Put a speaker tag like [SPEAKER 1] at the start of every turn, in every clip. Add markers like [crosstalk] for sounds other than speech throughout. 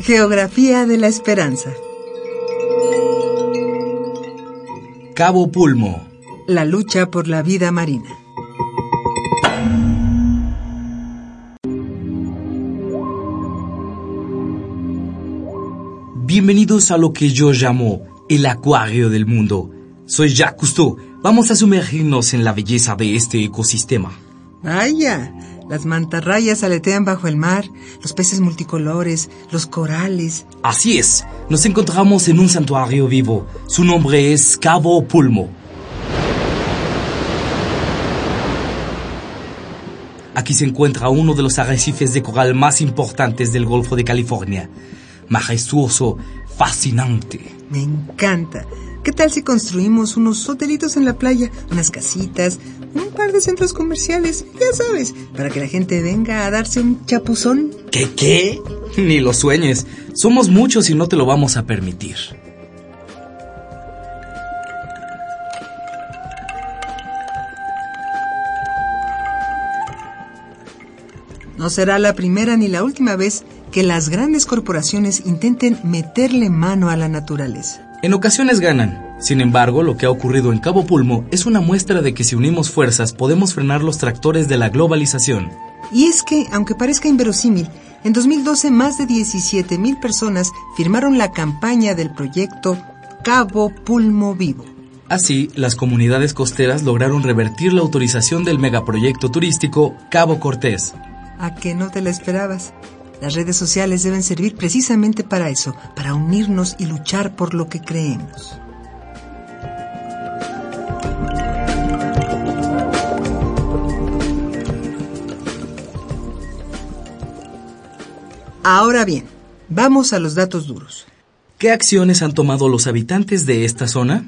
[SPEAKER 1] Geografía de la Esperanza.
[SPEAKER 2] Cabo Pulmo.
[SPEAKER 1] La lucha por la vida marina.
[SPEAKER 2] Bienvenidos a lo que yo llamo el acuario del mundo. Soy Jacques Cousteau. Vamos a sumergirnos en la belleza de este ecosistema.
[SPEAKER 1] Vaya, las mantarrayas aletean bajo el mar, los peces multicolores, los corales.
[SPEAKER 2] Así es, nos encontramos en un santuario vivo. Su nombre es Cabo Pulmo. Aquí se encuentra uno de los arrecifes de coral más importantes del Golfo de California. Majestuoso, fascinante.
[SPEAKER 1] Me encanta. ¿Qué tal si construimos unos hotelitos en la playa, unas casitas, un par de centros comerciales, ya sabes, para que la gente venga a darse un chapuzón?
[SPEAKER 2] ¿Qué qué? [laughs] Ni lo sueñes. Somos muchos y no te lo vamos a permitir.
[SPEAKER 1] No será la primera ni la última vez que las grandes corporaciones intenten meterle mano a la naturaleza.
[SPEAKER 2] En ocasiones ganan. Sin embargo, lo que ha ocurrido en Cabo Pulmo es una muestra de que si unimos fuerzas podemos frenar los tractores de la globalización.
[SPEAKER 1] Y es que, aunque parezca inverosímil, en 2012 más de 17 mil personas firmaron la campaña del proyecto Cabo Pulmo Vivo.
[SPEAKER 2] Así, las comunidades costeras lograron revertir la autorización del megaproyecto turístico Cabo Cortés.
[SPEAKER 1] ¿A que no te la esperabas? Las redes sociales deben servir precisamente para eso, para unirnos y luchar por lo que creemos. Ahora bien, vamos a los datos duros.
[SPEAKER 2] ¿Qué acciones han tomado los habitantes de esta zona?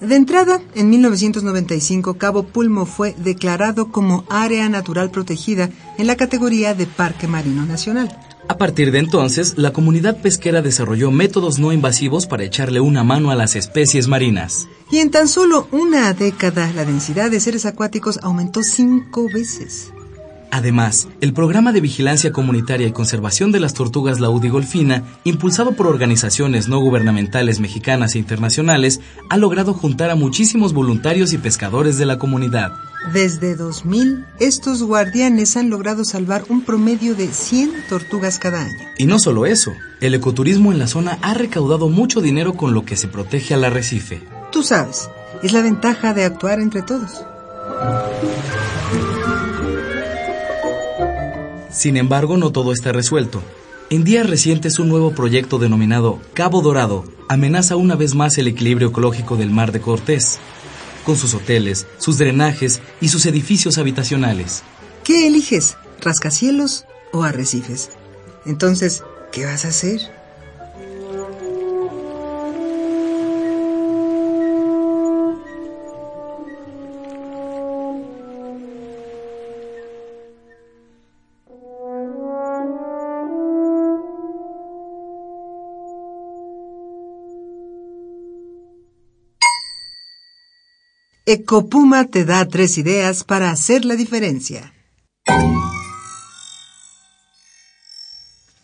[SPEAKER 1] De entrada, en 1995, Cabo Pulmo fue declarado como área natural protegida en la categoría de Parque Marino Nacional.
[SPEAKER 2] A partir de entonces, la comunidad pesquera desarrolló métodos no invasivos para echarle una mano a las especies marinas.
[SPEAKER 1] Y en tan solo una década, la densidad de seres acuáticos aumentó cinco veces.
[SPEAKER 2] Además, el programa de vigilancia comunitaria y conservación de las tortugas laudigolfina, impulsado por organizaciones no gubernamentales mexicanas e internacionales, ha logrado juntar a muchísimos voluntarios y pescadores de la comunidad.
[SPEAKER 1] Desde 2000, estos guardianes han logrado salvar un promedio de 100 tortugas cada año.
[SPEAKER 2] Y no solo eso, el ecoturismo en la zona ha recaudado mucho dinero con lo que se protege al arrecife.
[SPEAKER 1] Tú sabes, es la ventaja de actuar entre todos.
[SPEAKER 2] Sin embargo, no todo está resuelto. En días recientes, un nuevo proyecto denominado Cabo Dorado amenaza una vez más el equilibrio ecológico del Mar de Cortés, con sus hoteles, sus drenajes y sus edificios habitacionales.
[SPEAKER 1] ¿Qué eliges? ¿Rascacielos o arrecifes? Entonces, ¿qué vas a hacer? Ecopuma te da tres ideas para hacer la diferencia.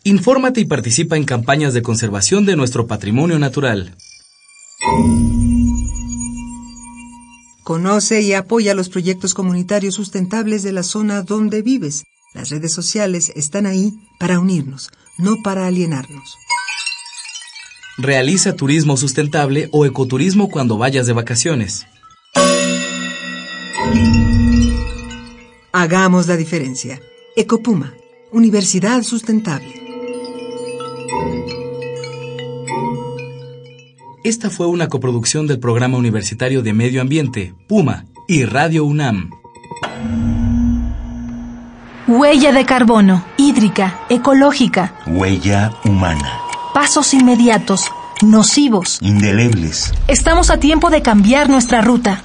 [SPEAKER 2] Infórmate y participa en campañas de conservación de nuestro patrimonio natural.
[SPEAKER 1] Conoce y apoya los proyectos comunitarios sustentables de la zona donde vives. Las redes sociales están ahí para unirnos, no para alienarnos.
[SPEAKER 2] Realiza turismo sustentable o ecoturismo cuando vayas de vacaciones.
[SPEAKER 1] Hagamos la diferencia. Ecopuma, Universidad Sustentable.
[SPEAKER 2] Esta fue una coproducción del Programa Universitario de Medio Ambiente, Puma y Radio UNAM.
[SPEAKER 3] Huella de carbono, hídrica, ecológica,
[SPEAKER 4] Huella humana.
[SPEAKER 3] pasos inmediatos, nocivos.
[SPEAKER 4] Indelebles.
[SPEAKER 3] Estamos a tiempo de cambiar nuestra ruta.